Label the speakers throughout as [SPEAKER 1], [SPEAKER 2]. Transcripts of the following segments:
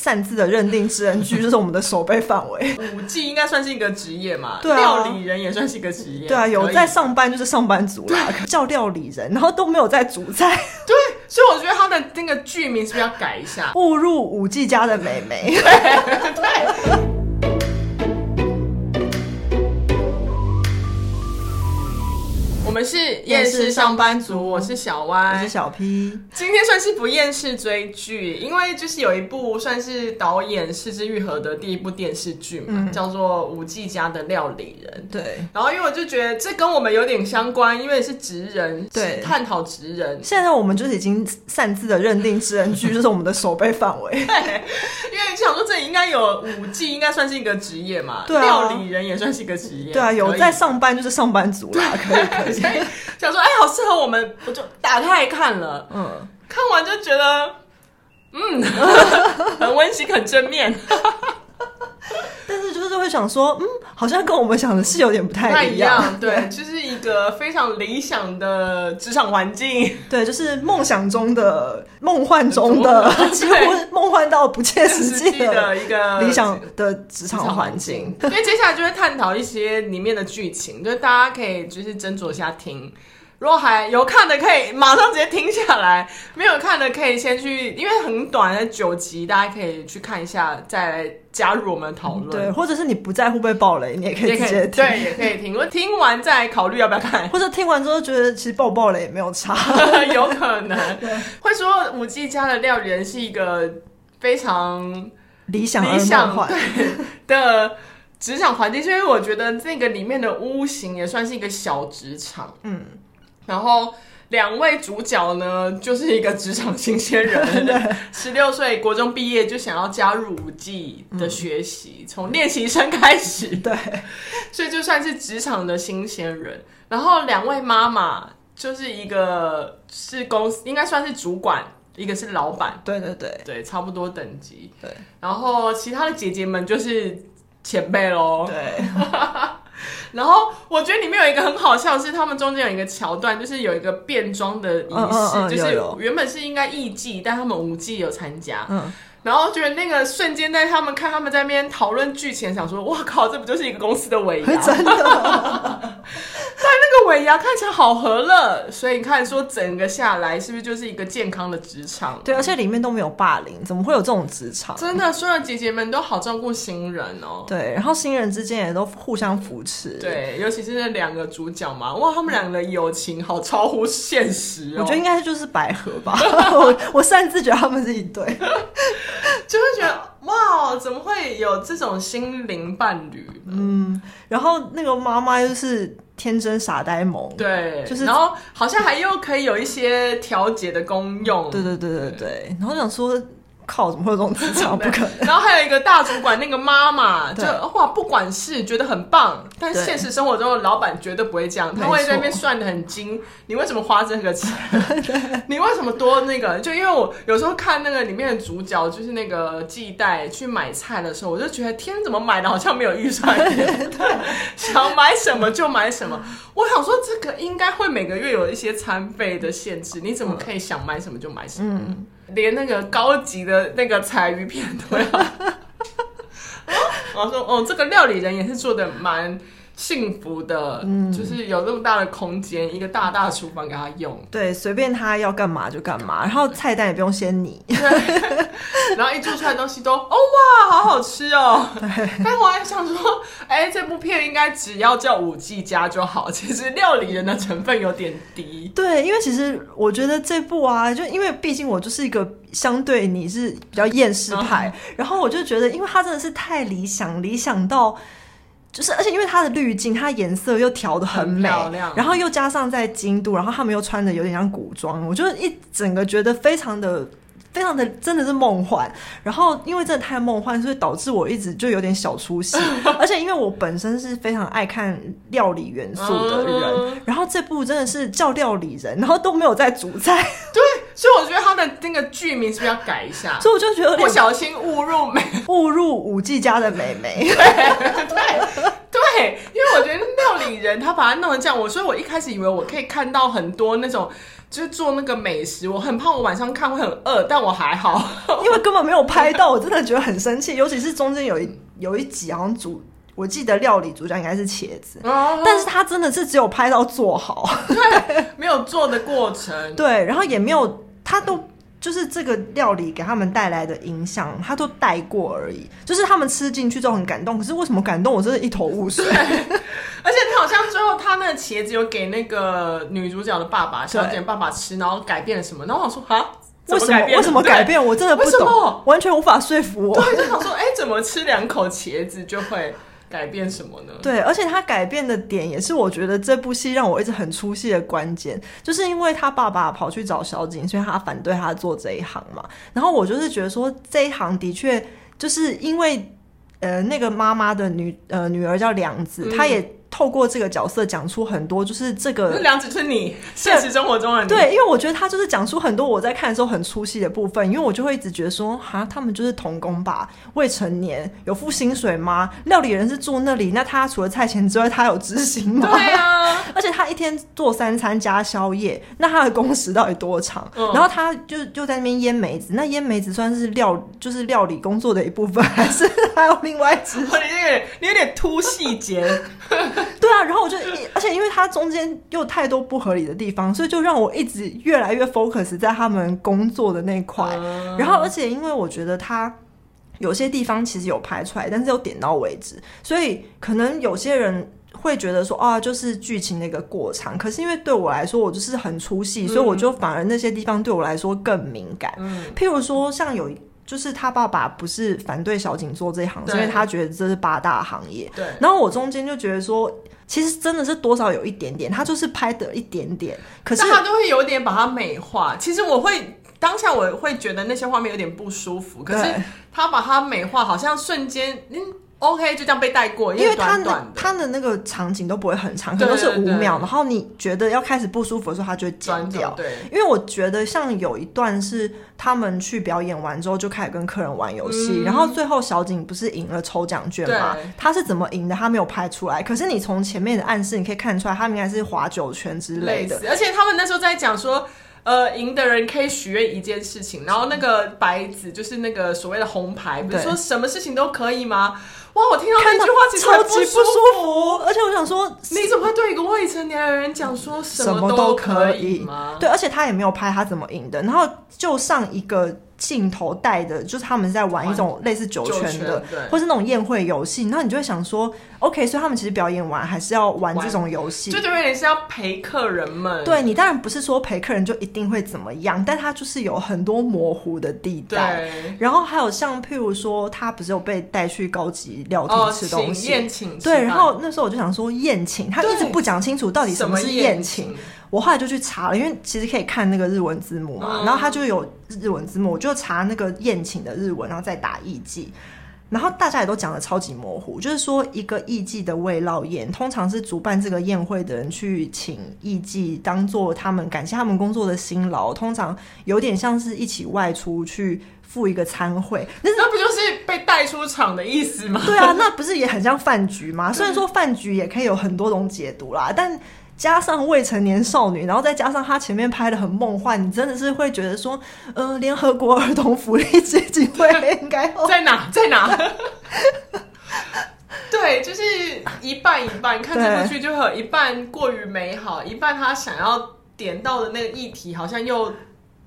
[SPEAKER 1] 擅自的认定职人剧 就是我们的守备范围。
[SPEAKER 2] 舞技应该算是一个职业嘛，
[SPEAKER 1] 对啊
[SPEAKER 2] 料理人也算是一个职业，
[SPEAKER 1] 对啊，有
[SPEAKER 2] 可以
[SPEAKER 1] 在上班就是上班族啦，叫料理人，然后都没有在煮菜，
[SPEAKER 2] 对，所以我觉得他的那个剧名是不是要改一下？
[SPEAKER 1] 误入五 G 家的美眉。
[SPEAKER 2] 我们是厌世上班族，我是小
[SPEAKER 1] 我
[SPEAKER 2] 歪
[SPEAKER 1] 是。小 P，
[SPEAKER 2] 今天算是不厌世追剧，因为就是有一部算是导演是之愈合的第一部电视剧嘛，
[SPEAKER 1] 嗯
[SPEAKER 2] 叫做《无忌家的料理人》。
[SPEAKER 1] 对。
[SPEAKER 2] 然后，因为我就觉得这跟我们有点相关，因为是职人，
[SPEAKER 1] 对
[SPEAKER 2] 是探讨职人，
[SPEAKER 1] 现在我们就是已经擅自的认定职人 剧就是我们的守备范围。
[SPEAKER 2] 因为想说这里应该有舞技，应该算是一个职业嘛，
[SPEAKER 1] 对啊
[SPEAKER 2] 料理人也算是一个职业，
[SPEAKER 1] 对啊，有
[SPEAKER 2] 可以
[SPEAKER 1] 在上班就是上班族啦，可以可以
[SPEAKER 2] 所。以想说，哎，好适合我们，我就打开来看了，
[SPEAKER 1] 嗯，
[SPEAKER 2] 看完就觉得， 嗯，很温馨，很正面，
[SPEAKER 1] 但是就是会想说，嗯，好像跟我们想的是有点不
[SPEAKER 2] 不
[SPEAKER 1] 太一样。
[SPEAKER 2] 对，就是一个非常理想的职场环境，
[SPEAKER 1] 对，就是梦想中的、梦幻中的，
[SPEAKER 2] 对
[SPEAKER 1] 几乎梦幻到不切实
[SPEAKER 2] 实际
[SPEAKER 1] 际的
[SPEAKER 2] 的一个
[SPEAKER 1] 理想的职
[SPEAKER 2] 呃职
[SPEAKER 1] 场
[SPEAKER 2] 场
[SPEAKER 1] 环
[SPEAKER 2] 环
[SPEAKER 1] 境
[SPEAKER 2] 境。。所以接下来就会探讨一些里面的剧情，就是大家可以就是斟酌一下听。如果还有看的，可以马上直接停下来；没有看的，可以先去，因为很短，的九集，大家可以去看一下，再来加入我们的讨论。
[SPEAKER 1] 对，或者是你不在乎被暴雷，你也可以
[SPEAKER 2] 也
[SPEAKER 1] 直
[SPEAKER 2] 可
[SPEAKER 1] 接
[SPEAKER 2] 以
[SPEAKER 1] 听。
[SPEAKER 2] 对，也可以听。我听完再考虑要不要 看，
[SPEAKER 1] 或者听完之后觉得其实爆爆雷也没有差，
[SPEAKER 2] 有可能会说五 G 家的料理人是一个非常
[SPEAKER 1] 理想而
[SPEAKER 2] 理
[SPEAKER 1] 梦
[SPEAKER 2] 想
[SPEAKER 1] 幻。
[SPEAKER 2] 对的职场环境，所以我觉得这个里面的屋型也算是一个小职场。
[SPEAKER 1] 嗯，
[SPEAKER 2] 然后两位主角呢，就是一个职场新鲜 人，十六岁国中毕业就想要加入五 G 的学习，从练习生开始。
[SPEAKER 1] 嗯 对，
[SPEAKER 2] 所以就算是职场的新鲜人。然后两位妈妈就是一个是公司，应该算是主管，一个是老板，
[SPEAKER 1] 对对对
[SPEAKER 2] 对，差不多等级。
[SPEAKER 1] 对
[SPEAKER 2] 然后其他的姐姐们就是前辈喽。
[SPEAKER 1] 对，
[SPEAKER 2] 然后我觉得里面有一个很好笑的是，他们中间有一个桥段，就是有一个变装的仪式，
[SPEAKER 1] 嗯嗯嗯
[SPEAKER 2] 就
[SPEAKER 1] 有
[SPEAKER 2] 是
[SPEAKER 1] 有
[SPEAKER 2] 原本是应该艺伎，但他们舞伎有参加。
[SPEAKER 1] 嗯，
[SPEAKER 2] 然后觉得那个瞬间，在他们看他们在那边讨论剧情，想说：“哇靠，这不就是一个公司的尾牙？”
[SPEAKER 1] 真 的，
[SPEAKER 2] 那个尾牙看起来好和乐，所以你看说整个下来是不是就是一个健康的职场？
[SPEAKER 1] 对，而且里面都没有霸凌，怎么会有这种职场？
[SPEAKER 2] 真的，所有姐姐们都好照顾新人哦。
[SPEAKER 1] 对，然后新人之间也都互相扶持。，
[SPEAKER 2] 对，尤其是那两个主角嘛，哇，他们两个的友情好超乎现实哦。
[SPEAKER 1] 我觉得应该就是百合 吧，我我擅自觉得他们是一对。
[SPEAKER 2] 就会觉得哇，怎么会有这种心灵伴侣？
[SPEAKER 1] 然后那个妈妈就是天真傻呆萌，
[SPEAKER 2] 对，
[SPEAKER 1] 就是
[SPEAKER 2] 然后好像还又可以有一些调节的功用。
[SPEAKER 1] 对对对对对。然后想说，靠，怎么会有这种职 场？不可能。
[SPEAKER 2] 然后还有一个大主管，那个妈妈就
[SPEAKER 1] 对
[SPEAKER 2] 哇，不管事觉得很棒，但
[SPEAKER 1] 对
[SPEAKER 2] 现实生活中的老板绝对不会这样，他
[SPEAKER 1] 没
[SPEAKER 2] 会
[SPEAKER 1] 错
[SPEAKER 2] 在那边算的很精，你为什么花这个钱？ 你为什么多那个？就因为我有时候看那个里面的主角，就是那个季代去买菜的时候，我就觉得天，怎么买的好像没有预算一 样，想买什么就买什么。我想说，这个应该会每个月有一些餐费的限制，你怎么可以想买什么就买什么？
[SPEAKER 1] 嗯，
[SPEAKER 2] 连那个高级的那个柴鱼片都要。 我说哦，这个料理人也是做的蛮幸福的，
[SPEAKER 1] 嗯
[SPEAKER 2] 就是有那么大的空间，一个大大的厨房给他 用，
[SPEAKER 1] 对，随便他要干嘛就干嘛，然后菜单也不用先你。
[SPEAKER 2] 然后一做出来的东西都哦哇，好好 吃哦。但我还想说，哎、这部片应该只要叫五 G 加就好， 其实料理人的成分有点低。
[SPEAKER 1] 对，因为其实我觉得这部啊，就因为毕竟我就是一个相对你是比较厌世派，
[SPEAKER 2] 嗯
[SPEAKER 1] 然后我就觉得，因为它真的是太理想，理想到。就是，而且因为它的滤镜，它颜色又调的很美
[SPEAKER 2] 很漂亮
[SPEAKER 1] 然后又加上在京都，然后他们又穿的有点像古装，我就一整个觉得非常的、非常的，真的是梦幻。然后因为真的太梦幻，所以导致我一直就有点小出戏。而且因为我本身是非常爱看料理元素的人，
[SPEAKER 2] 嗯
[SPEAKER 1] 然后这部真的是叫料理人，然后都没有在煮菜，
[SPEAKER 2] 所以我觉得他的那个剧名是不是要改一下？
[SPEAKER 1] 所以我就觉得有
[SPEAKER 2] 不
[SPEAKER 1] 点
[SPEAKER 2] 小心误入美
[SPEAKER 1] 误入五 G 家的美眉。
[SPEAKER 2] 对，因为我觉得料理人他把它弄成这样，我所以我一开始以为我可以看到很多那种就是做那个美食，我很怕我晚上看会很饿，但我还好。
[SPEAKER 1] 因为根本没有拍到，我真的觉得很生气。尤其是中间有一有一集，好像主我记得料理主角应该是茄子，
[SPEAKER 2] 嗯
[SPEAKER 1] 但是他真的是只有拍到做好，
[SPEAKER 2] 没有做的过程，
[SPEAKER 1] 对，然后也没有他都。就是这个料理给他们带来的影响，他都带过而已。就是他们吃进去之后很感动，可是为什么感动我真的一头雾 水？
[SPEAKER 2] 而且他好像最后他那个茄子有给那个女主角的爸爸小姐爸爸吃，然后改变了什么？然后我想说啊，
[SPEAKER 1] 为什
[SPEAKER 2] 么
[SPEAKER 1] 么为什么改？变？我真的不
[SPEAKER 2] 为什
[SPEAKER 1] 懂
[SPEAKER 2] 么，
[SPEAKER 1] 完全无法说服
[SPEAKER 2] 对
[SPEAKER 1] 我。
[SPEAKER 2] 对，就想说哎、怎么吃两口茄子就会改变什么呢？
[SPEAKER 1] 对，而且他改变的点也是我觉得这部戏让我一直很出戏的关键，就是因为他爸爸跑去找小景，所以他反对他做这一行嘛。然后我就是觉得说这一行的确就是因为呃那个妈妈的女呃女儿叫梁子，
[SPEAKER 2] 嗯
[SPEAKER 1] 她也透过这个角色讲出很多就是这
[SPEAKER 2] 那
[SPEAKER 1] 个。
[SPEAKER 2] 梁子是你现实生活中的你，
[SPEAKER 1] 对，因为我觉得她就是讲出很多我在看的时候很出戏的部分，因为我就会一直觉得说，哈，他们就是童工吧，未成年，有付薪水吗？料理人是住那里，那他除了菜钱之外，他有执行吗？
[SPEAKER 2] 对啊，
[SPEAKER 1] 而且他一天做三餐加宵夜，那他的工时到底多长？
[SPEAKER 2] 嗯
[SPEAKER 1] 然后他就就在那边腌梅子，那腌梅子算是料就是料理工作的一部分， 还是还有另外一支？
[SPEAKER 2] 我你有点你有点突细 节，
[SPEAKER 1] 对啊，然后我就一，而且因为他中间又太多不合理的地方，所以就让我一直越来越 focus 在他们工作的那一块。
[SPEAKER 2] 嗯
[SPEAKER 1] 然后，而且因为我觉得他有些地方其实有拍出来，但是又点到为止，所以可能有些人会觉得说，啊，就是剧情的一个过场。可是因为对我来说，我就是很出戏，所以我就反而那些地方对我来说更敏感。
[SPEAKER 2] 嗯
[SPEAKER 1] 譬如说，像有一就是他爸爸不是反对小景做这一行，是因为
[SPEAKER 2] 对
[SPEAKER 1] 他觉得这是八大行业。
[SPEAKER 2] 对，
[SPEAKER 1] 然后我中间就觉得说，其实真的是多少有一点点，他就是拍的一点点，可是
[SPEAKER 2] 但他都会有点把它美化。其实我会当下我会觉得那些画面有点不舒服，可是
[SPEAKER 1] 对
[SPEAKER 2] 他把它美化，好像瞬间嗯 OK 就这样被带过，
[SPEAKER 1] 因为他
[SPEAKER 2] 短
[SPEAKER 1] 那
[SPEAKER 2] 短的
[SPEAKER 1] 他的那个场景都不会很长，可
[SPEAKER 2] 对
[SPEAKER 1] 能都是五
[SPEAKER 2] 对对
[SPEAKER 1] 秒，然后你觉得要开始不舒服的时候，他就会剪
[SPEAKER 2] 转
[SPEAKER 1] 掉
[SPEAKER 2] 角。对。
[SPEAKER 1] 因为我觉得像有一段是他们去表演完之后就开始跟客人玩游戏，
[SPEAKER 2] 嗯
[SPEAKER 1] 然后最后小景不是赢了抽奖券吗
[SPEAKER 2] 对？
[SPEAKER 1] 他是怎么赢的？他没有拍出来，可是你从前面的暗示你可以看出来，他们应该是划九圈之类
[SPEAKER 2] 类
[SPEAKER 1] 的。
[SPEAKER 2] 似，而且他们那时候在讲说，呃，赢的人可以许愿一件事情，然后那个白纸就是那个所谓的红牌，不是
[SPEAKER 1] 对
[SPEAKER 2] 说什么事情都可以吗？哇，我听到
[SPEAKER 1] 看
[SPEAKER 2] 那
[SPEAKER 1] 到
[SPEAKER 2] 句话其实
[SPEAKER 1] 超
[SPEAKER 2] 很
[SPEAKER 1] 级
[SPEAKER 2] 舒服。
[SPEAKER 1] 舒服，而且我想说，
[SPEAKER 2] 你怎么会对一个未成年的人讲说什
[SPEAKER 1] 什么
[SPEAKER 2] 都
[SPEAKER 1] 可
[SPEAKER 2] 以吗？
[SPEAKER 1] 对，而且他也没有拍他怎么赢的，然后就上一个镜头带的，就是他们在玩一种类似九
[SPEAKER 2] 九
[SPEAKER 1] 圈的
[SPEAKER 2] 圈，对
[SPEAKER 1] 或是那种宴会游戏，然后你就会想说，OK，所以他们其实表演完还是要玩这种游戏
[SPEAKER 2] 就。有点是要陪客人们。
[SPEAKER 1] 对你当然不是说陪客人就一定会怎么样，但他就是有很多模糊的地带。
[SPEAKER 2] 对，
[SPEAKER 1] 然后还有像譬如说，他不是有被带去高级料
[SPEAKER 2] 哦，
[SPEAKER 1] 亭吃
[SPEAKER 2] 请
[SPEAKER 1] 东西，
[SPEAKER 2] 宴请吃
[SPEAKER 1] 对，
[SPEAKER 2] 饭
[SPEAKER 1] 然后那时候我就想说宴请，他一直
[SPEAKER 2] 对
[SPEAKER 1] 不讲清楚到底什
[SPEAKER 2] 什
[SPEAKER 1] 么
[SPEAKER 2] 么
[SPEAKER 1] 是宴
[SPEAKER 2] 宴
[SPEAKER 1] 请
[SPEAKER 2] 请，
[SPEAKER 1] 我后来就去查了，因为其实可以看那个日文字幕嘛，
[SPEAKER 2] 嗯
[SPEAKER 1] 然后它就有日文字幕，我就查那个宴请的日文，然后再打艺妓。然后大家也都讲的超级模糊，就是说一个艺妓的慰劳宴，通常是主办这个宴会的人去请艺妓，当做他们感谢他们工作的辛劳，通常有点像是一起外出去赴一个餐会，那
[SPEAKER 2] 那不就是被带出场的意思吗？
[SPEAKER 1] 对啊， 那不是也很像饭局吗？虽然说饭局也可以有很多种解读啦，但加上未成年少女，然后再加上她前面拍的很梦幻，你真的是会觉得说，呃，联合国儿童福利基金会应该 要
[SPEAKER 2] 在哪？在哪？对，就是一半一半。看这部剧就会有一半过于美好，一半他想要点到的那个议题好像又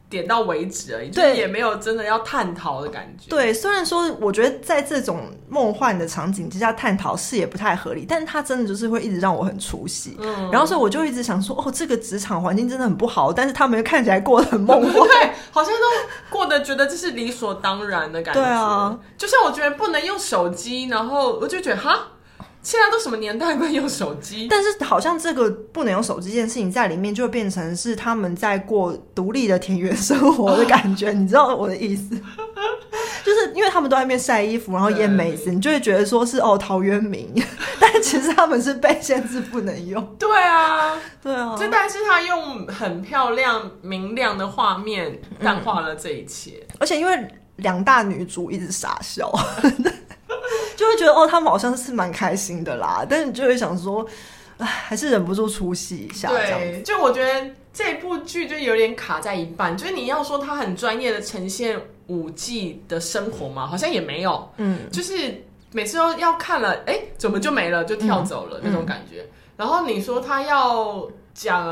[SPEAKER 2] 点到为止而已，就是
[SPEAKER 1] 对
[SPEAKER 2] 也没有真的要探讨的感觉。
[SPEAKER 1] 对，虽然说我觉得在这种梦幻的场景之下探讨是也不太合理，但是它真的就是会一直让我很出戏。
[SPEAKER 2] 嗯
[SPEAKER 1] 然后所以我就一直想说，哦，这个职场环境真的很不好，但是他们又看起来过得很梦幻。
[SPEAKER 2] 对，好像都过得觉得这是理所当然的感觉。
[SPEAKER 1] 对啊，
[SPEAKER 2] 就像我觉得不能用手机，然后我就觉得哈，现在都什么年代不能用手机？
[SPEAKER 1] 但是好像这个不能用手机这件事情在里面就会变成是他们在过独立的田园生活的感觉，你知道我的意思？ 就是因为他们都在那边晒衣服，然后腌梅
[SPEAKER 2] 嗯
[SPEAKER 1] 子，你就会觉得说是哦陶渊明， 但其实他们是被限制不能用。
[SPEAKER 2] 对啊，
[SPEAKER 1] 对啊，
[SPEAKER 2] 这但是他用很漂亮、明亮的画面淡化了这一切。
[SPEAKER 1] 而且因为两大女主一直傻笑， 就会觉得哦他们好像是蛮开心的啦，但是你就会想说。唉，还是忍不住出戏一下这样子。
[SPEAKER 2] 对，就我觉得这部剧就有点卡在一半，就是你要说它很专业的呈现舞技的生活嘛，好像也没有，
[SPEAKER 1] 嗯，
[SPEAKER 2] 就是每次都要看了，哎、怎么就没了，就跳走了、那种感觉。然后你说他要讲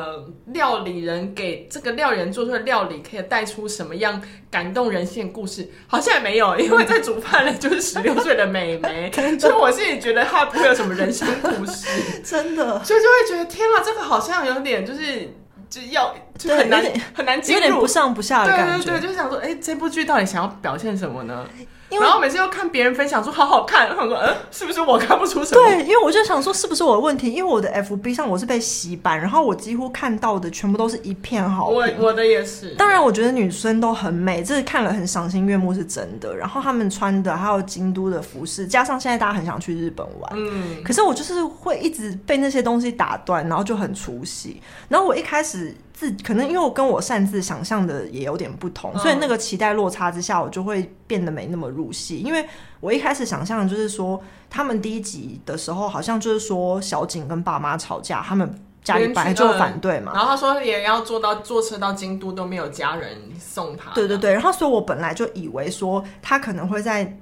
[SPEAKER 2] 料理人给这个料理人做出的料理，可以带出什么样感动人心的故事，好像也没有，因为在煮饭的就是十六岁的美 眉，所以我自己觉得她不会有什么人生故事，
[SPEAKER 1] 真的
[SPEAKER 2] 所以就会觉得天啊，这个好像有点就是就要就很难
[SPEAKER 1] 对有点
[SPEAKER 2] 很难
[SPEAKER 1] 有
[SPEAKER 2] 进
[SPEAKER 1] 点
[SPEAKER 2] 入
[SPEAKER 1] 不。上不下的感
[SPEAKER 2] 对
[SPEAKER 1] 觉。
[SPEAKER 2] 对对，就是想说，哎、这部剧到底想要表现什么呢？
[SPEAKER 1] 因为
[SPEAKER 2] 然后每次又看别人分享说好好看，我想说，嗯、是不是我看不出什么？
[SPEAKER 1] 对，因为我就想说是不是我的问题？因为我的 FB 上我是被洗版，然后我几乎看到的全部都是一片好评。
[SPEAKER 2] 我我的也是。
[SPEAKER 1] 当然，我觉得女生都很美，这看了很赏心悦目是真的。然后她们穿的，还有京都的服饰，加上现在大家很想去日本玩，
[SPEAKER 2] 嗯，
[SPEAKER 1] 可是我就是会一直被那些东西打断，然后就很出戏。然后我一开始自可能因为我跟我擅自想象的也有点不同，
[SPEAKER 2] 嗯
[SPEAKER 1] 所以那个期待落差之下，我就会变得没那么入戏。因为我一开始想象的就是说，他们第一集的时候好像就是说小景跟爸妈吵架，他们家里
[SPEAKER 2] 冤屈
[SPEAKER 1] 本来就
[SPEAKER 2] 嗯
[SPEAKER 1] 反对嘛
[SPEAKER 2] 然，后他说也要坐到坐车到京都都没有家人送他。
[SPEAKER 1] 对对，对，然后所以我本来就以为说他可能会在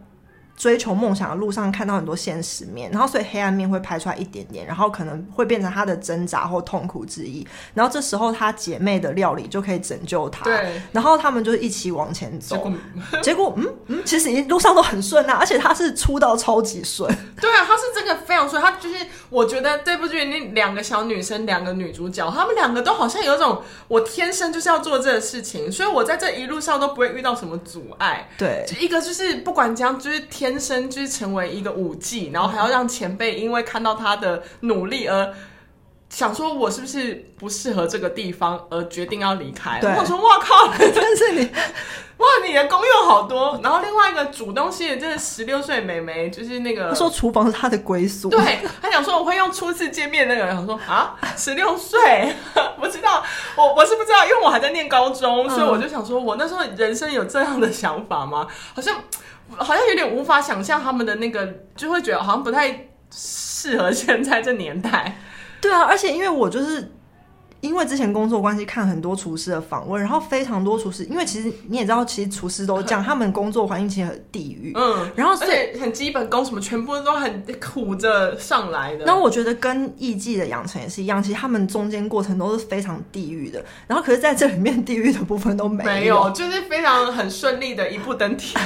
[SPEAKER 1] 追求梦想的路上看到很多现实面，然后所以黑暗面会拍出来一点点，然后可能会变成他的挣扎或痛苦之一。然后这时候他姐妹的料理就可以拯救他。
[SPEAKER 2] 对
[SPEAKER 1] 然后他们就一起往前
[SPEAKER 2] 结
[SPEAKER 1] 走
[SPEAKER 2] 果，
[SPEAKER 1] 结果嗯嗯，其实一路上都很顺啊，而且他是出道超级顺，
[SPEAKER 2] 对啊，他是真的非常帅，他就是我觉得这部剧那两个小女生，两个女主角，她们两个都好像有一种我天生就是要做这个事情，所以我在这一路上都不会遇到什么阻碍。
[SPEAKER 1] 对
[SPEAKER 2] 就一个就是不管怎样，就是天生就是成为一个舞技，然后还要让前辈因为看到他的努力而想说我是不是不适合这个地方，而决定要离开。
[SPEAKER 1] 对
[SPEAKER 2] 我想说哇靠，
[SPEAKER 1] 但是你
[SPEAKER 2] 哇你的功用好多。然后另外一个煮东西的这十六岁美眉，就是那个
[SPEAKER 1] 他 说厨房是他的归宿，
[SPEAKER 2] 对，他想说我会用初次见面那个人，想说啊，十六岁， 不知道，我我是不知道，因为我还在念高
[SPEAKER 1] 嗯
[SPEAKER 2] 中，所以我就想说，我那时候人生有这样的想法吗？好像好像有点无法想象他们的那个，就会觉得好像不太适合现在这 年代。
[SPEAKER 1] 对啊，而且因为我就是因为之前工作关系看很多厨师的访问，然后非常多厨师，因为其实你也知道，其实厨师都这样，他们工作环境其实很地狱。
[SPEAKER 2] 嗯，
[SPEAKER 1] 然后
[SPEAKER 2] 而
[SPEAKER 1] 所以，
[SPEAKER 2] 且很基本功什么，全部都很苦着上来的。
[SPEAKER 1] 然后我觉得跟艺伎的养成也是一样，其实他们中间过程都是非常地狱的。然后可是在这里面，地狱的部分都没
[SPEAKER 2] 没有，就是非常很顺利的一步登天，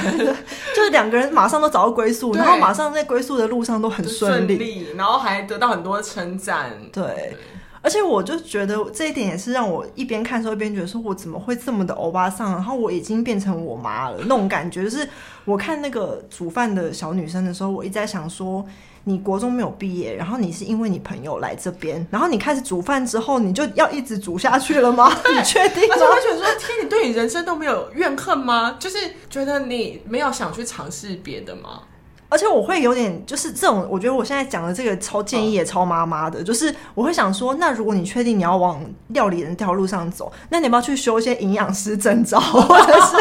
[SPEAKER 1] 就是两个人马上都找到归宿，
[SPEAKER 2] 对
[SPEAKER 1] 然后马上在归宿的路上都很
[SPEAKER 2] 顺
[SPEAKER 1] 顺利。
[SPEAKER 2] 利，然后还得到很多称赞。
[SPEAKER 1] 对，而且我就觉得这一点也是让我一边看的时候一边觉得说，我怎么会这么的欧巴桑？然后我已经变成我妈了，那种感觉就是我看那个煮饭的小女生的时候，我一直在想说，你国中没有毕业，然后你是因为你朋友来这边，然后你开始煮饭之后，你就要一直煮下去了吗？ 你确 定
[SPEAKER 2] 而且我
[SPEAKER 1] 吗？
[SPEAKER 2] 会觉得说，天，你对你人生都没有怨恨吗？就是觉得你没有想去尝试别的吗？
[SPEAKER 1] 而且我会有点就是这种，我觉得我现在讲的这个超建议也超妈妈
[SPEAKER 2] 嗯
[SPEAKER 1] 的，就是我会想说，那如果你确定你要往料理人这条路上走，那你要不要去修一些营养师证照或者是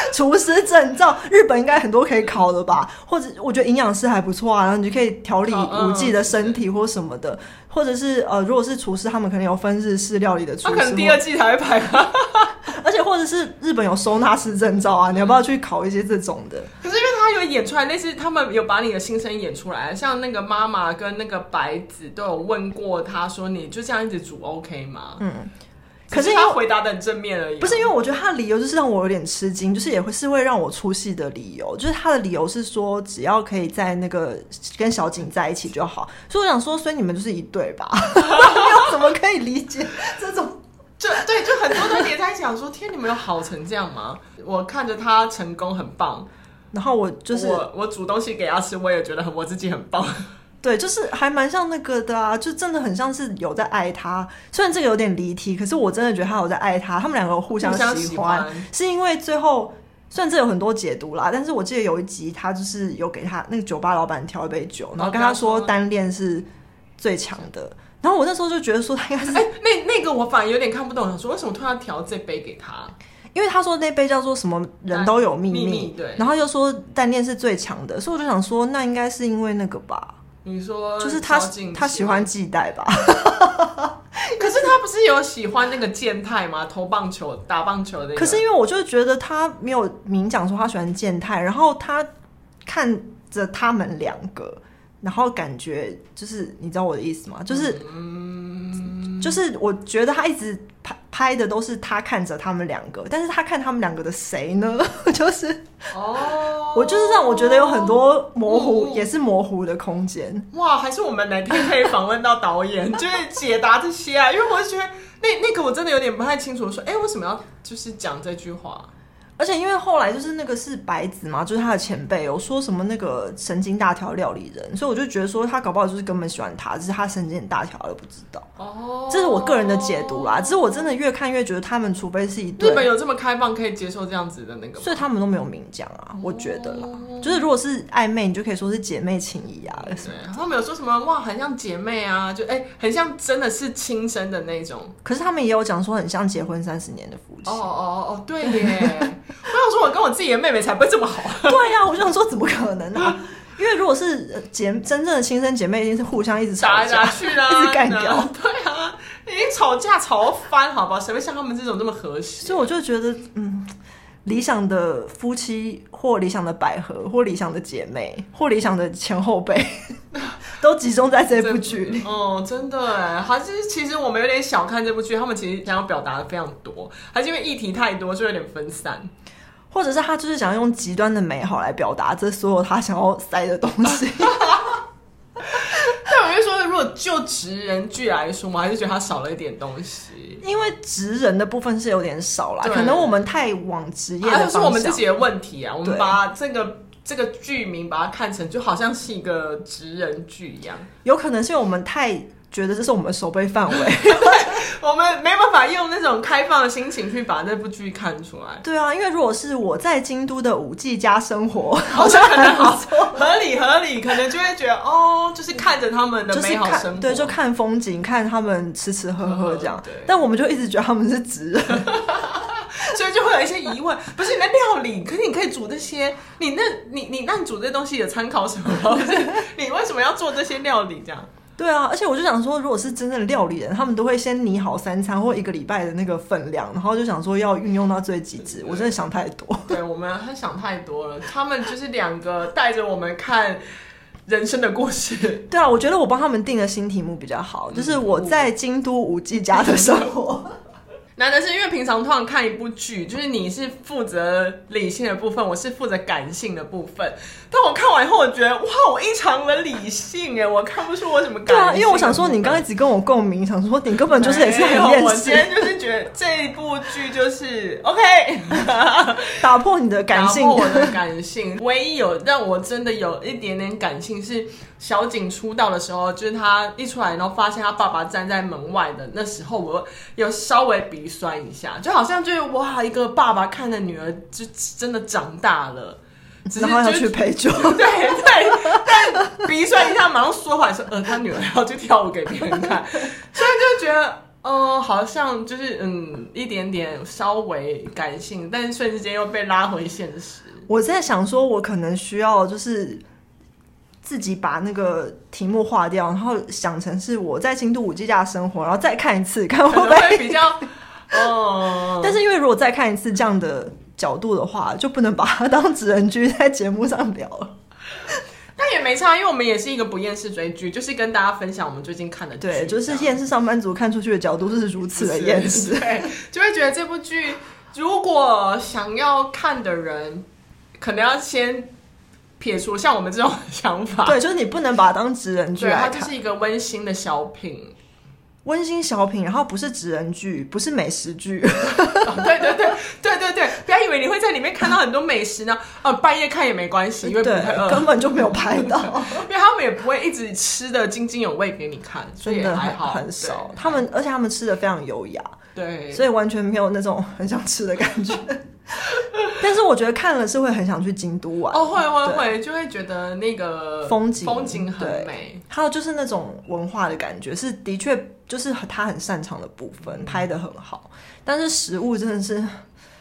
[SPEAKER 1] 厨师证照？日本应该很多可以考的吧？或者我觉得营养师还不错啊，然后你就可以调理
[SPEAKER 2] 考嗯
[SPEAKER 1] 五 G 的身体或什么的，或者是呃，如果是厨师，他们可能有分日式料理的厨
[SPEAKER 2] 他、
[SPEAKER 1] 师，
[SPEAKER 2] 可能第二季才会拍吧。
[SPEAKER 1] 而且或者是日本有收纳师证照啊，你要不要去考一些这种的？
[SPEAKER 2] 可是因为他有演出来，类似他们有把你的心声演出来，像那个妈妈跟那个白子都有问过他说，你就这样一直煮 OK 吗？
[SPEAKER 1] 嗯，
[SPEAKER 2] 可
[SPEAKER 1] 可是因为
[SPEAKER 2] 他回答的很正面而已啊、
[SPEAKER 1] 不是因为我觉得他的理由就是让我有点吃惊，就是也会是会让我出戏的理由，就是他的理由是说只要可以在那个跟小景在一起就好，所以我想说，所以你们就是一对吧？ 我怎么可以理解这种？
[SPEAKER 2] 就对，就很多都叠在一起想说，天，你们有好成这样吗？我看着他成功很棒，
[SPEAKER 1] 然后我就是
[SPEAKER 2] 我我煮东西给他吃，我也觉得很我自己很棒。
[SPEAKER 1] 对，就是还蛮像那个的啊，就真的很像是有在爱他。虽然这个有点离题，可是我真的觉得他有在爱他，他们两个有互相
[SPEAKER 2] 互相喜
[SPEAKER 1] 喜欢，
[SPEAKER 2] 欢
[SPEAKER 1] 是因为最后。虽然这有很多解读啦，但是我记得有一集他就是有给他那个酒吧老板调一杯酒，然后跟他说单恋是最强的。然后我那时候就觉得说他应该是，
[SPEAKER 2] 哎、那那个我反而有点看不懂，想说为什么突然调这杯给他？
[SPEAKER 1] 因为他说那杯叫做什么人都有秘
[SPEAKER 2] 秘密对
[SPEAKER 1] 然后又说单恋是最强的，所以我就想说那应该是因为那个吧，
[SPEAKER 2] 你说
[SPEAKER 1] 就是他
[SPEAKER 2] 呃萧敬
[SPEAKER 1] 他
[SPEAKER 2] 腾
[SPEAKER 1] 喜欢系带吧？
[SPEAKER 2] 可是他不是有喜欢那个健太吗？投棒球、打棒球的、那个。
[SPEAKER 1] 可是因为我就是觉得他没有明讲说他喜欢健太，然后他看着他们两个，然后感觉就是你知道我的意思吗？就是、就是我觉得他一直拍拍的都是他看着他们两个，但是他看他们两个的谁呢？ 就是
[SPEAKER 2] 哦，
[SPEAKER 1] 我就是让我觉得有很多模糊，
[SPEAKER 2] 嗯
[SPEAKER 1] 也是模糊的空间。
[SPEAKER 2] 哇，还是我们哪天可以访问到导演，就是解答这些啊，因为我就觉得那那个我真的有点不太清楚，说哎、为什么要就是讲这句话？
[SPEAKER 1] 而且因为后来就是那个是白子嘛，就是他的前辈有说什么那个神经大条料理人，所以我就觉得说他搞不好就是根本喜欢他，只是他神经很大条而不知道。
[SPEAKER 2] 哦，
[SPEAKER 1] 这是我个人的解读啦，只是我真的越看越觉得他们除非是一
[SPEAKER 2] 日本
[SPEAKER 1] 对，
[SPEAKER 2] 有这么开放，可以接受这样子的那个吗？
[SPEAKER 1] 所以他们都没有明讲啊，我觉得啦
[SPEAKER 2] 哦，
[SPEAKER 1] 就是如果是暧昧，你就可以说是姐妹情谊啊。
[SPEAKER 2] 对，他们有说什么哇，很像姐妹啊，就哎、很像真的是亲生的那种。
[SPEAKER 1] 可是他们也有讲说很像结婚三十年的夫妻
[SPEAKER 2] 哦，哦哦，对耶！ 我想说，我跟我自己的妹妹才不会这么好。
[SPEAKER 1] 对啊呀、我就想说怎么可能啊？因为如果是呃姐真正的亲生姐妹，一定是互相一直吵
[SPEAKER 2] 打来打
[SPEAKER 1] 架，
[SPEAKER 2] 去 啦，
[SPEAKER 1] 一直干掉
[SPEAKER 2] 啊对啊，已经吵架吵翻，好不好？谁会像他们这种这么和谐？
[SPEAKER 1] 所以我就觉得嗯。理想的夫妻，或理想的百合，或理想的姐妹，或理想的前后 辈，都集中在这部剧里。
[SPEAKER 2] 哦，真的哎，还是其实我们有点小看这部剧，他们其实想要表达的非常多，还是因为议题太多，就有点分散。
[SPEAKER 1] 或者是他就是想用极端的美好来表达这所有他想要塞的东 西。
[SPEAKER 2] 但我就说，如果就职人剧来说嘛，还是觉得它少了一点东西。
[SPEAKER 1] 因为职人的部分是有点少啦，
[SPEAKER 2] 对啊
[SPEAKER 1] 可能我们太往职业
[SPEAKER 2] 还
[SPEAKER 1] 的
[SPEAKER 2] 有是
[SPEAKER 1] 方
[SPEAKER 2] 我们自
[SPEAKER 1] 向。
[SPEAKER 2] 己的问题啊，我们
[SPEAKER 1] 对
[SPEAKER 2] 把这个这个剧名把它看成就好像是一个职人剧一样，
[SPEAKER 1] 有可能是因为我们太觉得这是我们的守备范围。
[SPEAKER 2] 我们没办法用那种开放的心情去把那部剧看出 来。
[SPEAKER 1] 对啊，因为如果是我在京都的五 G 家生活，
[SPEAKER 2] 好像可能好合理合理，可能就会觉得哦，就是看着他们的
[SPEAKER 1] 就是
[SPEAKER 2] 美好生
[SPEAKER 1] 看
[SPEAKER 2] 活，
[SPEAKER 1] 对，就看风景，看他们吃吃喝喝这样
[SPEAKER 2] 嗯对。
[SPEAKER 1] 但我们就一直觉得他们是职人，
[SPEAKER 2] 所以就会有一些疑问。不是你在料理，可是你可以煮这些，你那你你那你煮这东西有参考什么？ 不是你为什么要做这些料理这样？
[SPEAKER 1] 对啊。而且我就想说，如果是真正的料理人，他们都会先拟好三餐或一个礼拜的那个分量，然后就想说要运用到最极致。我真的想太多。
[SPEAKER 2] 对我们他想太多了，他们就是两个带着我们看人生的故事。
[SPEAKER 1] 对啊，我觉得我帮他们定的新题目比较好，
[SPEAKER 2] 嗯
[SPEAKER 1] 就是我在京都五 G 家的生 活。
[SPEAKER 2] 难的是，因为平常通常看一部剧，就是你是负责理性的部分，我是负责感性的部分。但我看完以后，我觉得哇，我异常的理性哎，我看不出我什么感性的部
[SPEAKER 1] 对啊，
[SPEAKER 2] 分。
[SPEAKER 1] 因为我想说，你刚才一直跟我共鸣，想说你根本就是也是
[SPEAKER 2] 没有
[SPEAKER 1] 很厌
[SPEAKER 2] 我今
[SPEAKER 1] 世，
[SPEAKER 2] 天就是觉得这一部剧就是 OK，
[SPEAKER 1] 打破你的感性
[SPEAKER 2] 打。破我的感性。 唯一有让我真的有一点点感性是小景出道的时候，就是他一出来，然后发现他爸爸站在门外的那时候，我有稍微鼻酸一下，就好像就是哇，一个爸爸看着女儿就真的长大了，只是
[SPEAKER 1] 然后要
[SPEAKER 2] 就
[SPEAKER 1] 去陪酒，
[SPEAKER 2] 对对，但鼻酸一下，马上缩回来说，呃，他女儿要去跳舞给别人看，所以就觉得，呃，好像就是嗯，一点点稍微感性，但是瞬间又被拉回现实。
[SPEAKER 1] 我在想说，我可能需要就是自己把那个题目划掉，然后想成是我在京都五 G 家的生活，然后再看一次，看会
[SPEAKER 2] 可
[SPEAKER 1] 不
[SPEAKER 2] 能会比
[SPEAKER 1] 会。
[SPEAKER 2] 较，嗯，
[SPEAKER 1] 但是因为如果再看一次这样的角度的话，就不能把它当职人剧在节目上聊了。
[SPEAKER 2] 但也没差，因为我们也是一个不厌世追剧，就是跟大家分享我们最近看的剧，
[SPEAKER 1] 对，就是
[SPEAKER 2] 这样
[SPEAKER 1] 厌世上班族看出去的角度是如此的厌世。
[SPEAKER 2] 对，就会觉得这部剧如果想要看的人，可能要先撇除像我们这种 想法，
[SPEAKER 1] 对，就是你不能把它当职人剧
[SPEAKER 2] 对，它
[SPEAKER 1] 来
[SPEAKER 2] 就
[SPEAKER 1] 看，
[SPEAKER 2] 是一个温馨的小品。
[SPEAKER 1] 温馨小品，然后不是职人剧，不是美食剧，
[SPEAKER 2] 对对对对对对，不要以为你会在里面看到很多美食呢，呃，半夜看也没关系，因为不会
[SPEAKER 1] 对，根
[SPEAKER 2] 饿，
[SPEAKER 1] 本就没有拍到，
[SPEAKER 2] 因为他们也不会一直吃的津津有味给你看，所以
[SPEAKER 1] 真
[SPEAKER 2] 也
[SPEAKER 1] 的
[SPEAKER 2] 还
[SPEAKER 1] 很
[SPEAKER 2] 好，
[SPEAKER 1] 很少。他们，而且他们吃的非常优雅，
[SPEAKER 2] 对，
[SPEAKER 1] 所以完全没有那种 很想吃的感觉。 但是我觉得看了是会很想去京都玩，
[SPEAKER 2] 哦，会会
[SPEAKER 1] 对
[SPEAKER 2] 会，就会觉得那个
[SPEAKER 1] 风景
[SPEAKER 2] 风景很
[SPEAKER 1] 对
[SPEAKER 2] 美，
[SPEAKER 1] 还有就是那种文化的感觉，是的确就是他很擅长的部分，拍的很好。但是食物真的是，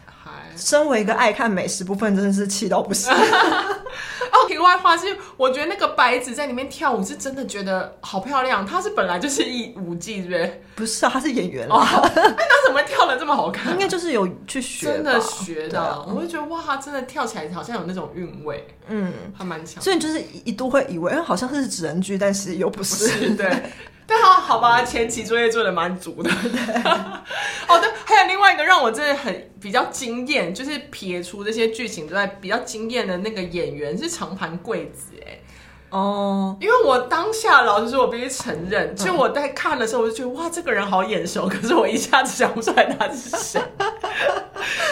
[SPEAKER 2] 还
[SPEAKER 1] 身为一个爱看美食部分，真的是气到不行。
[SPEAKER 2] 啊，哦，题外话是，我觉得那个白子在里面跳舞是真的觉得好漂亮，她是本来就是一舞技，对不对？
[SPEAKER 1] 不是啊，他是演员
[SPEAKER 2] 哦
[SPEAKER 1] 啊，，
[SPEAKER 2] 哎她怎么跳的这么好看？
[SPEAKER 1] 应该就是有去学吧，
[SPEAKER 2] 真的学
[SPEAKER 1] 对
[SPEAKER 2] 的，
[SPEAKER 1] 啊
[SPEAKER 2] 我就觉得哇，她真的跳起来好像有那种韵味，
[SPEAKER 1] 嗯。
[SPEAKER 2] 还蛮强。
[SPEAKER 1] 所以就是一度会以为，因为好像是指人剧，但是又不 是。
[SPEAKER 2] 是，对。 但好好吧，前期作业做的蛮足的。 对。哦，对，还有另外一个让我真的很比较惊艳，就是撇除这些剧情之外，比较惊艳的那个演员是长盘贵子，哎，
[SPEAKER 1] 哦，
[SPEAKER 2] 因为我当下老实说，我必须承认，就我在看的时候，我就觉得哇，这个人好眼熟， 可是我一下子想不出来他是谁。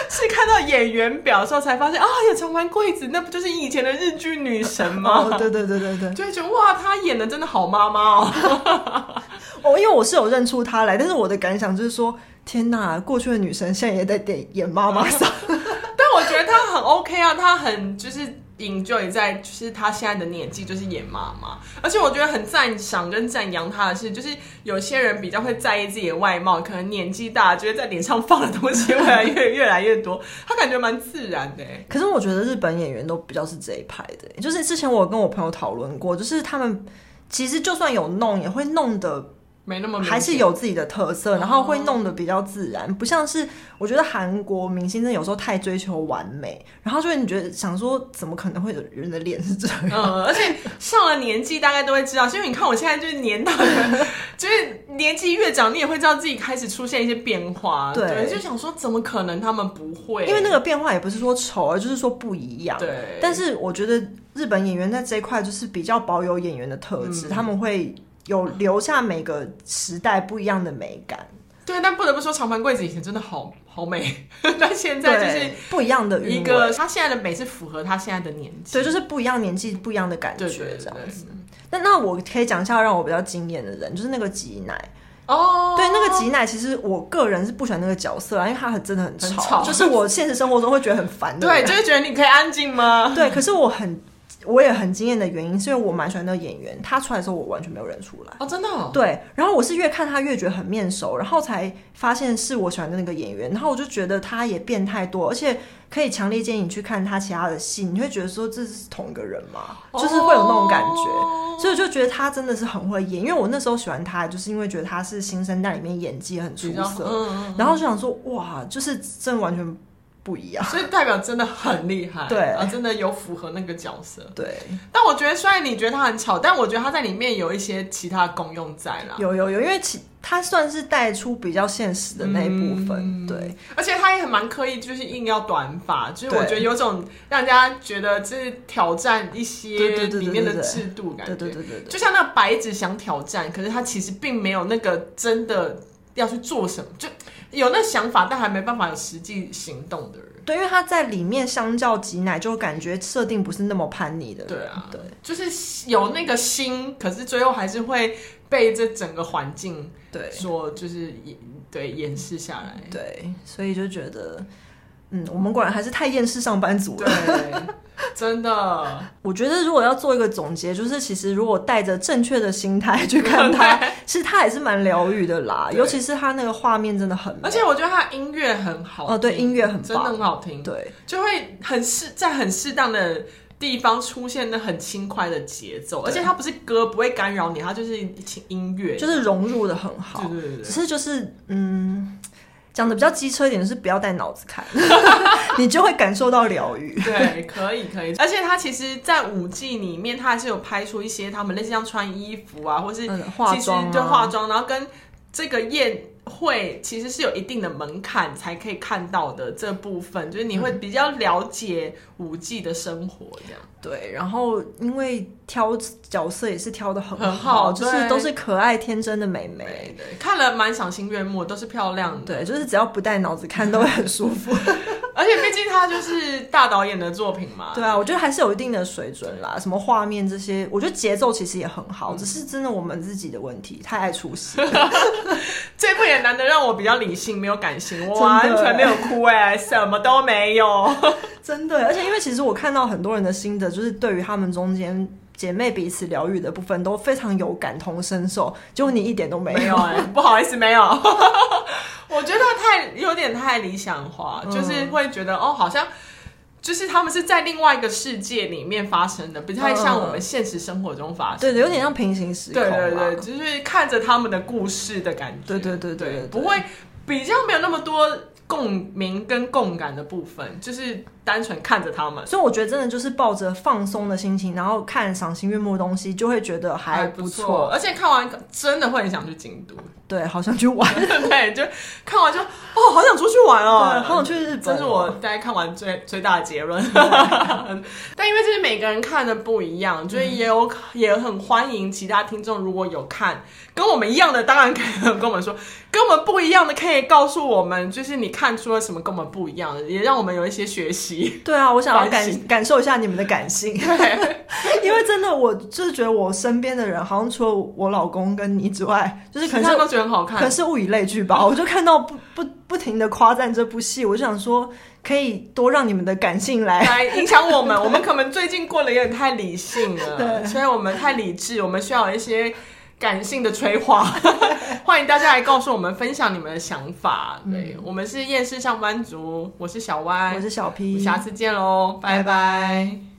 [SPEAKER 2] 是看到演员表的时候才发现，啊，有长盘贵子，那不就是以前的日剧女神吗？
[SPEAKER 1] 哦，对对对对对，
[SPEAKER 2] 就会觉得哇，她演的真的好妈妈哦。
[SPEAKER 1] 哦，因为我是有认出她来，但是我的感想就是说，天哪，过去的女神现在也在演演妈妈 桑，
[SPEAKER 2] 但我觉得她很 OK 啊，她很就是 enjoy 在就是她现在的年纪就是演妈妈，而且我觉得很赞赏跟赞扬她的是，就是有些人比较会在意自己的外貌，可能年纪大就会在脸上放的东西越来越越来越多，她感觉蛮自然的欸、
[SPEAKER 1] 可是我觉得日本演员都比较是这一派的，欸就是之前我有跟我朋友讨论过，就是他们其实就算有弄，也会弄的
[SPEAKER 2] 没那么明显
[SPEAKER 1] 还是有自己的特色，然后会弄得比较自然，不像是我觉得韩国明星真的有时候太追求完美，然后就会你觉得想说，怎么可能会有人的脸是这样？
[SPEAKER 2] 嗯，而且上了年纪大概都会知道，因为你看我现在就是年大的，就是年纪越长，你也会知道自己开始出现一些变化，
[SPEAKER 1] 对
[SPEAKER 2] 就想说怎么可能他们不会？
[SPEAKER 1] 因为那个变化也不是说丑，而就是说不一样。
[SPEAKER 2] 对，
[SPEAKER 1] 但是我觉得日本演员在这一块就是比较保有演员的特
[SPEAKER 2] 嗯
[SPEAKER 1] 质，他们会有留下每个时代不一样的美感。
[SPEAKER 2] 对，但不得不说，长盘贵子以前真的好好美， 但现在就
[SPEAKER 1] 对，
[SPEAKER 2] 是
[SPEAKER 1] 不一样的韵
[SPEAKER 2] 一
[SPEAKER 1] 味
[SPEAKER 2] 个她现在的美是符合她现在的年纪，
[SPEAKER 1] 对，就是不一样年纪不一样的感
[SPEAKER 2] 对
[SPEAKER 1] 觉
[SPEAKER 2] 对
[SPEAKER 1] 这
[SPEAKER 2] 对
[SPEAKER 1] 样。那那我可以讲一下让我比较惊艳的人，就是那个吉乃。
[SPEAKER 2] 哦，
[SPEAKER 1] 对，那个吉乃，其实我个人是不喜欢那个角色啊，因为他很真的很
[SPEAKER 2] 很吵
[SPEAKER 1] 就是我现实生活中会觉得很烦的人。
[SPEAKER 2] 对，就是觉得你可以安静吗？
[SPEAKER 1] 对，可是我很，我也很惊艳的原因，是因为我蛮喜欢那个演员，他出来的时候我完全没有认出来。
[SPEAKER 2] 哦，真的哦、
[SPEAKER 1] 对，然后我是越看他越觉得很面熟，然后才发现是我喜欢的那个演员，然后我就觉得他也变太多，而且可以强烈建议你去看他其他的戏，你会觉得说这是同一个人吗？就是会有那种感觉。
[SPEAKER 2] 哦
[SPEAKER 1] 所以我就觉得他真的是很会演，因为我那时候喜欢他，就是因为觉得他是新生代里面演技很出
[SPEAKER 2] 比较
[SPEAKER 1] 色，
[SPEAKER 2] 嗯嗯
[SPEAKER 1] 然后就想说哇，就是真的完全不一样
[SPEAKER 2] 嗯，。所以代表真的很厉害，
[SPEAKER 1] 对
[SPEAKER 2] 啊，真的有符合那个角色。
[SPEAKER 1] 对，
[SPEAKER 2] 但我觉得虽然你觉得他很吵，但我觉得他在里面有一些其他功用在啦。
[SPEAKER 1] 有有有，因为其他算是带出比较现实的那一部
[SPEAKER 2] 嗯
[SPEAKER 1] 分，对，
[SPEAKER 2] 而且他也很蛮刻意，就是硬要短发，就是
[SPEAKER 1] 对
[SPEAKER 2] 我觉得有种让人家觉得就是挑战一
[SPEAKER 1] 对
[SPEAKER 2] 些
[SPEAKER 1] 对对对
[SPEAKER 2] 里面的
[SPEAKER 1] 对对
[SPEAKER 2] 制度感
[SPEAKER 1] 对对
[SPEAKER 2] 觉。
[SPEAKER 1] 对对对，
[SPEAKER 2] 就像那个白纸想挑战，可是他其实并没有那个真的要去做什么，就有那想法，但还没办法有实际行动的人。
[SPEAKER 1] 对，因为他在里面相较挤奶，就感觉设定不是那么叛逆的人，
[SPEAKER 2] 对啊
[SPEAKER 1] 对。
[SPEAKER 2] 就是有那个心，可是最后还是会被这整个环境
[SPEAKER 1] 对
[SPEAKER 2] 所就是掩对掩饰下来。
[SPEAKER 1] 对，所以就觉得，嗯，我们果然还是太厌世上班族了。
[SPEAKER 2] 对，真的。
[SPEAKER 1] 我觉得如果要做一个总结，就是其实如果带着正确的心态去看它，其实它也是蛮疗愈的啦，
[SPEAKER 2] 对
[SPEAKER 1] 尤其是它那个画面真的很美，
[SPEAKER 2] 而且我觉得他的音乐很好听
[SPEAKER 1] 哦对音乐很棒
[SPEAKER 2] 真的很好听，
[SPEAKER 1] 对
[SPEAKER 2] 就会很适在很适当的地方出现那很轻快的节奏，而
[SPEAKER 1] 对
[SPEAKER 2] 且它不是歌，不会干扰你，它就是音乐，
[SPEAKER 1] 就是融入的很好
[SPEAKER 2] 对。对对
[SPEAKER 1] 只
[SPEAKER 2] 对。
[SPEAKER 1] 是就是嗯，讲的比较机车一点是不要带脑子 看， 你就会感受到疗愈。
[SPEAKER 2] 对，可以可以，而且它其实，在舞季里面，它还是有拍出一些他们类似像穿衣服啊，或是
[SPEAKER 1] 嗯化妆啊
[SPEAKER 2] 其实对化妆，然后跟这个宴会其实是有一定的门槛才可以看到的这部分，就是你会比较了解舞季的生活这样。
[SPEAKER 1] 对，然后因为挑角色也是挑的很
[SPEAKER 2] 很好
[SPEAKER 1] 就是
[SPEAKER 2] 对
[SPEAKER 1] 都是可爱天真的美眉。
[SPEAKER 2] 对对，看了蛮赏心悦目，都是漂亮的。
[SPEAKER 1] 对，就是只要不带脑子看都会很舒 服。
[SPEAKER 2] 而且毕竟他就是大导演的作品嘛。
[SPEAKER 1] 对啊，我觉得还是有一定的水准啦，什么画面这些，我觉得节奏其实也很好，只是真的我们自己的问题，太爱出戏。
[SPEAKER 2] 这部也难得让我比较理性，没有感性，我
[SPEAKER 1] 真的
[SPEAKER 2] 完全没有哭哎、什么都没有。
[SPEAKER 1] 真的，而且因为其实我看到很多人的心得，就是对于他们中间姐妹彼此疗愈的部分都非常有感同身受，结果你一点都 没有。
[SPEAKER 2] 没有哎、不好意 思，没有。
[SPEAKER 1] 嗯
[SPEAKER 2] 我觉得太有点太理想化，就是会觉得哦，好像就是他们是在另外一个世界里面发生的，不太像我们现实生活中发生。
[SPEAKER 1] 嗯对对，有点像平行时空
[SPEAKER 2] 对
[SPEAKER 1] 吧。
[SPEAKER 2] 对对，就是看着他们的故事的感觉。
[SPEAKER 1] 对对对对
[SPEAKER 2] 对
[SPEAKER 1] 对
[SPEAKER 2] 不会比较没有那么多共鸣跟共感的部分，就是单纯看着他们。
[SPEAKER 1] 所以我觉得真的就是抱着放松的心情，然后看赏心悦目的东西，就会觉得还
[SPEAKER 2] 不
[SPEAKER 1] 错。
[SPEAKER 2] 而且看完真的会很想去京都，
[SPEAKER 1] 对，好想去玩，
[SPEAKER 2] 对，就看完就哦，好想出去玩
[SPEAKER 1] 对，
[SPEAKER 2] 哦，
[SPEAKER 1] 好想去日
[SPEAKER 2] 这
[SPEAKER 1] 本。
[SPEAKER 2] 是我大概看完最最大的结论，但因为这是每个人看的不一样，所以也有也很欢迎其他听众，如果有看跟我们一样的，当然可以跟我们说；跟我们不一样的，可以告诉我们，就是你看出了什么跟我们不一样的，也让我们有一些学习。
[SPEAKER 1] 对啊，我想要
[SPEAKER 2] 反
[SPEAKER 1] 感
[SPEAKER 2] 省
[SPEAKER 1] 感受一下你们的感性，因为真的，我就是觉得我身边的人，好像除了我老公跟你之外， 就是可
[SPEAKER 2] 其
[SPEAKER 1] 能
[SPEAKER 2] 他
[SPEAKER 1] 是
[SPEAKER 2] 都觉得很好
[SPEAKER 1] 可
[SPEAKER 2] 看，
[SPEAKER 1] 是物以类聚吧，我就看到不不不停的夸赞这部戏，我就想说，可以多让你们的感性 来。
[SPEAKER 2] 来影响我们。我们可能最近过得有点太理性 了，
[SPEAKER 1] 对
[SPEAKER 2] 所以我们太理智，我们需要有一些感性的催 化。欢迎大家来告诉我们，分享你们的想法。对、我嗯们是厌世上班族，我是小歪
[SPEAKER 1] 我，是小 P，
[SPEAKER 2] 下次见喽，拜
[SPEAKER 1] 拜
[SPEAKER 2] 拜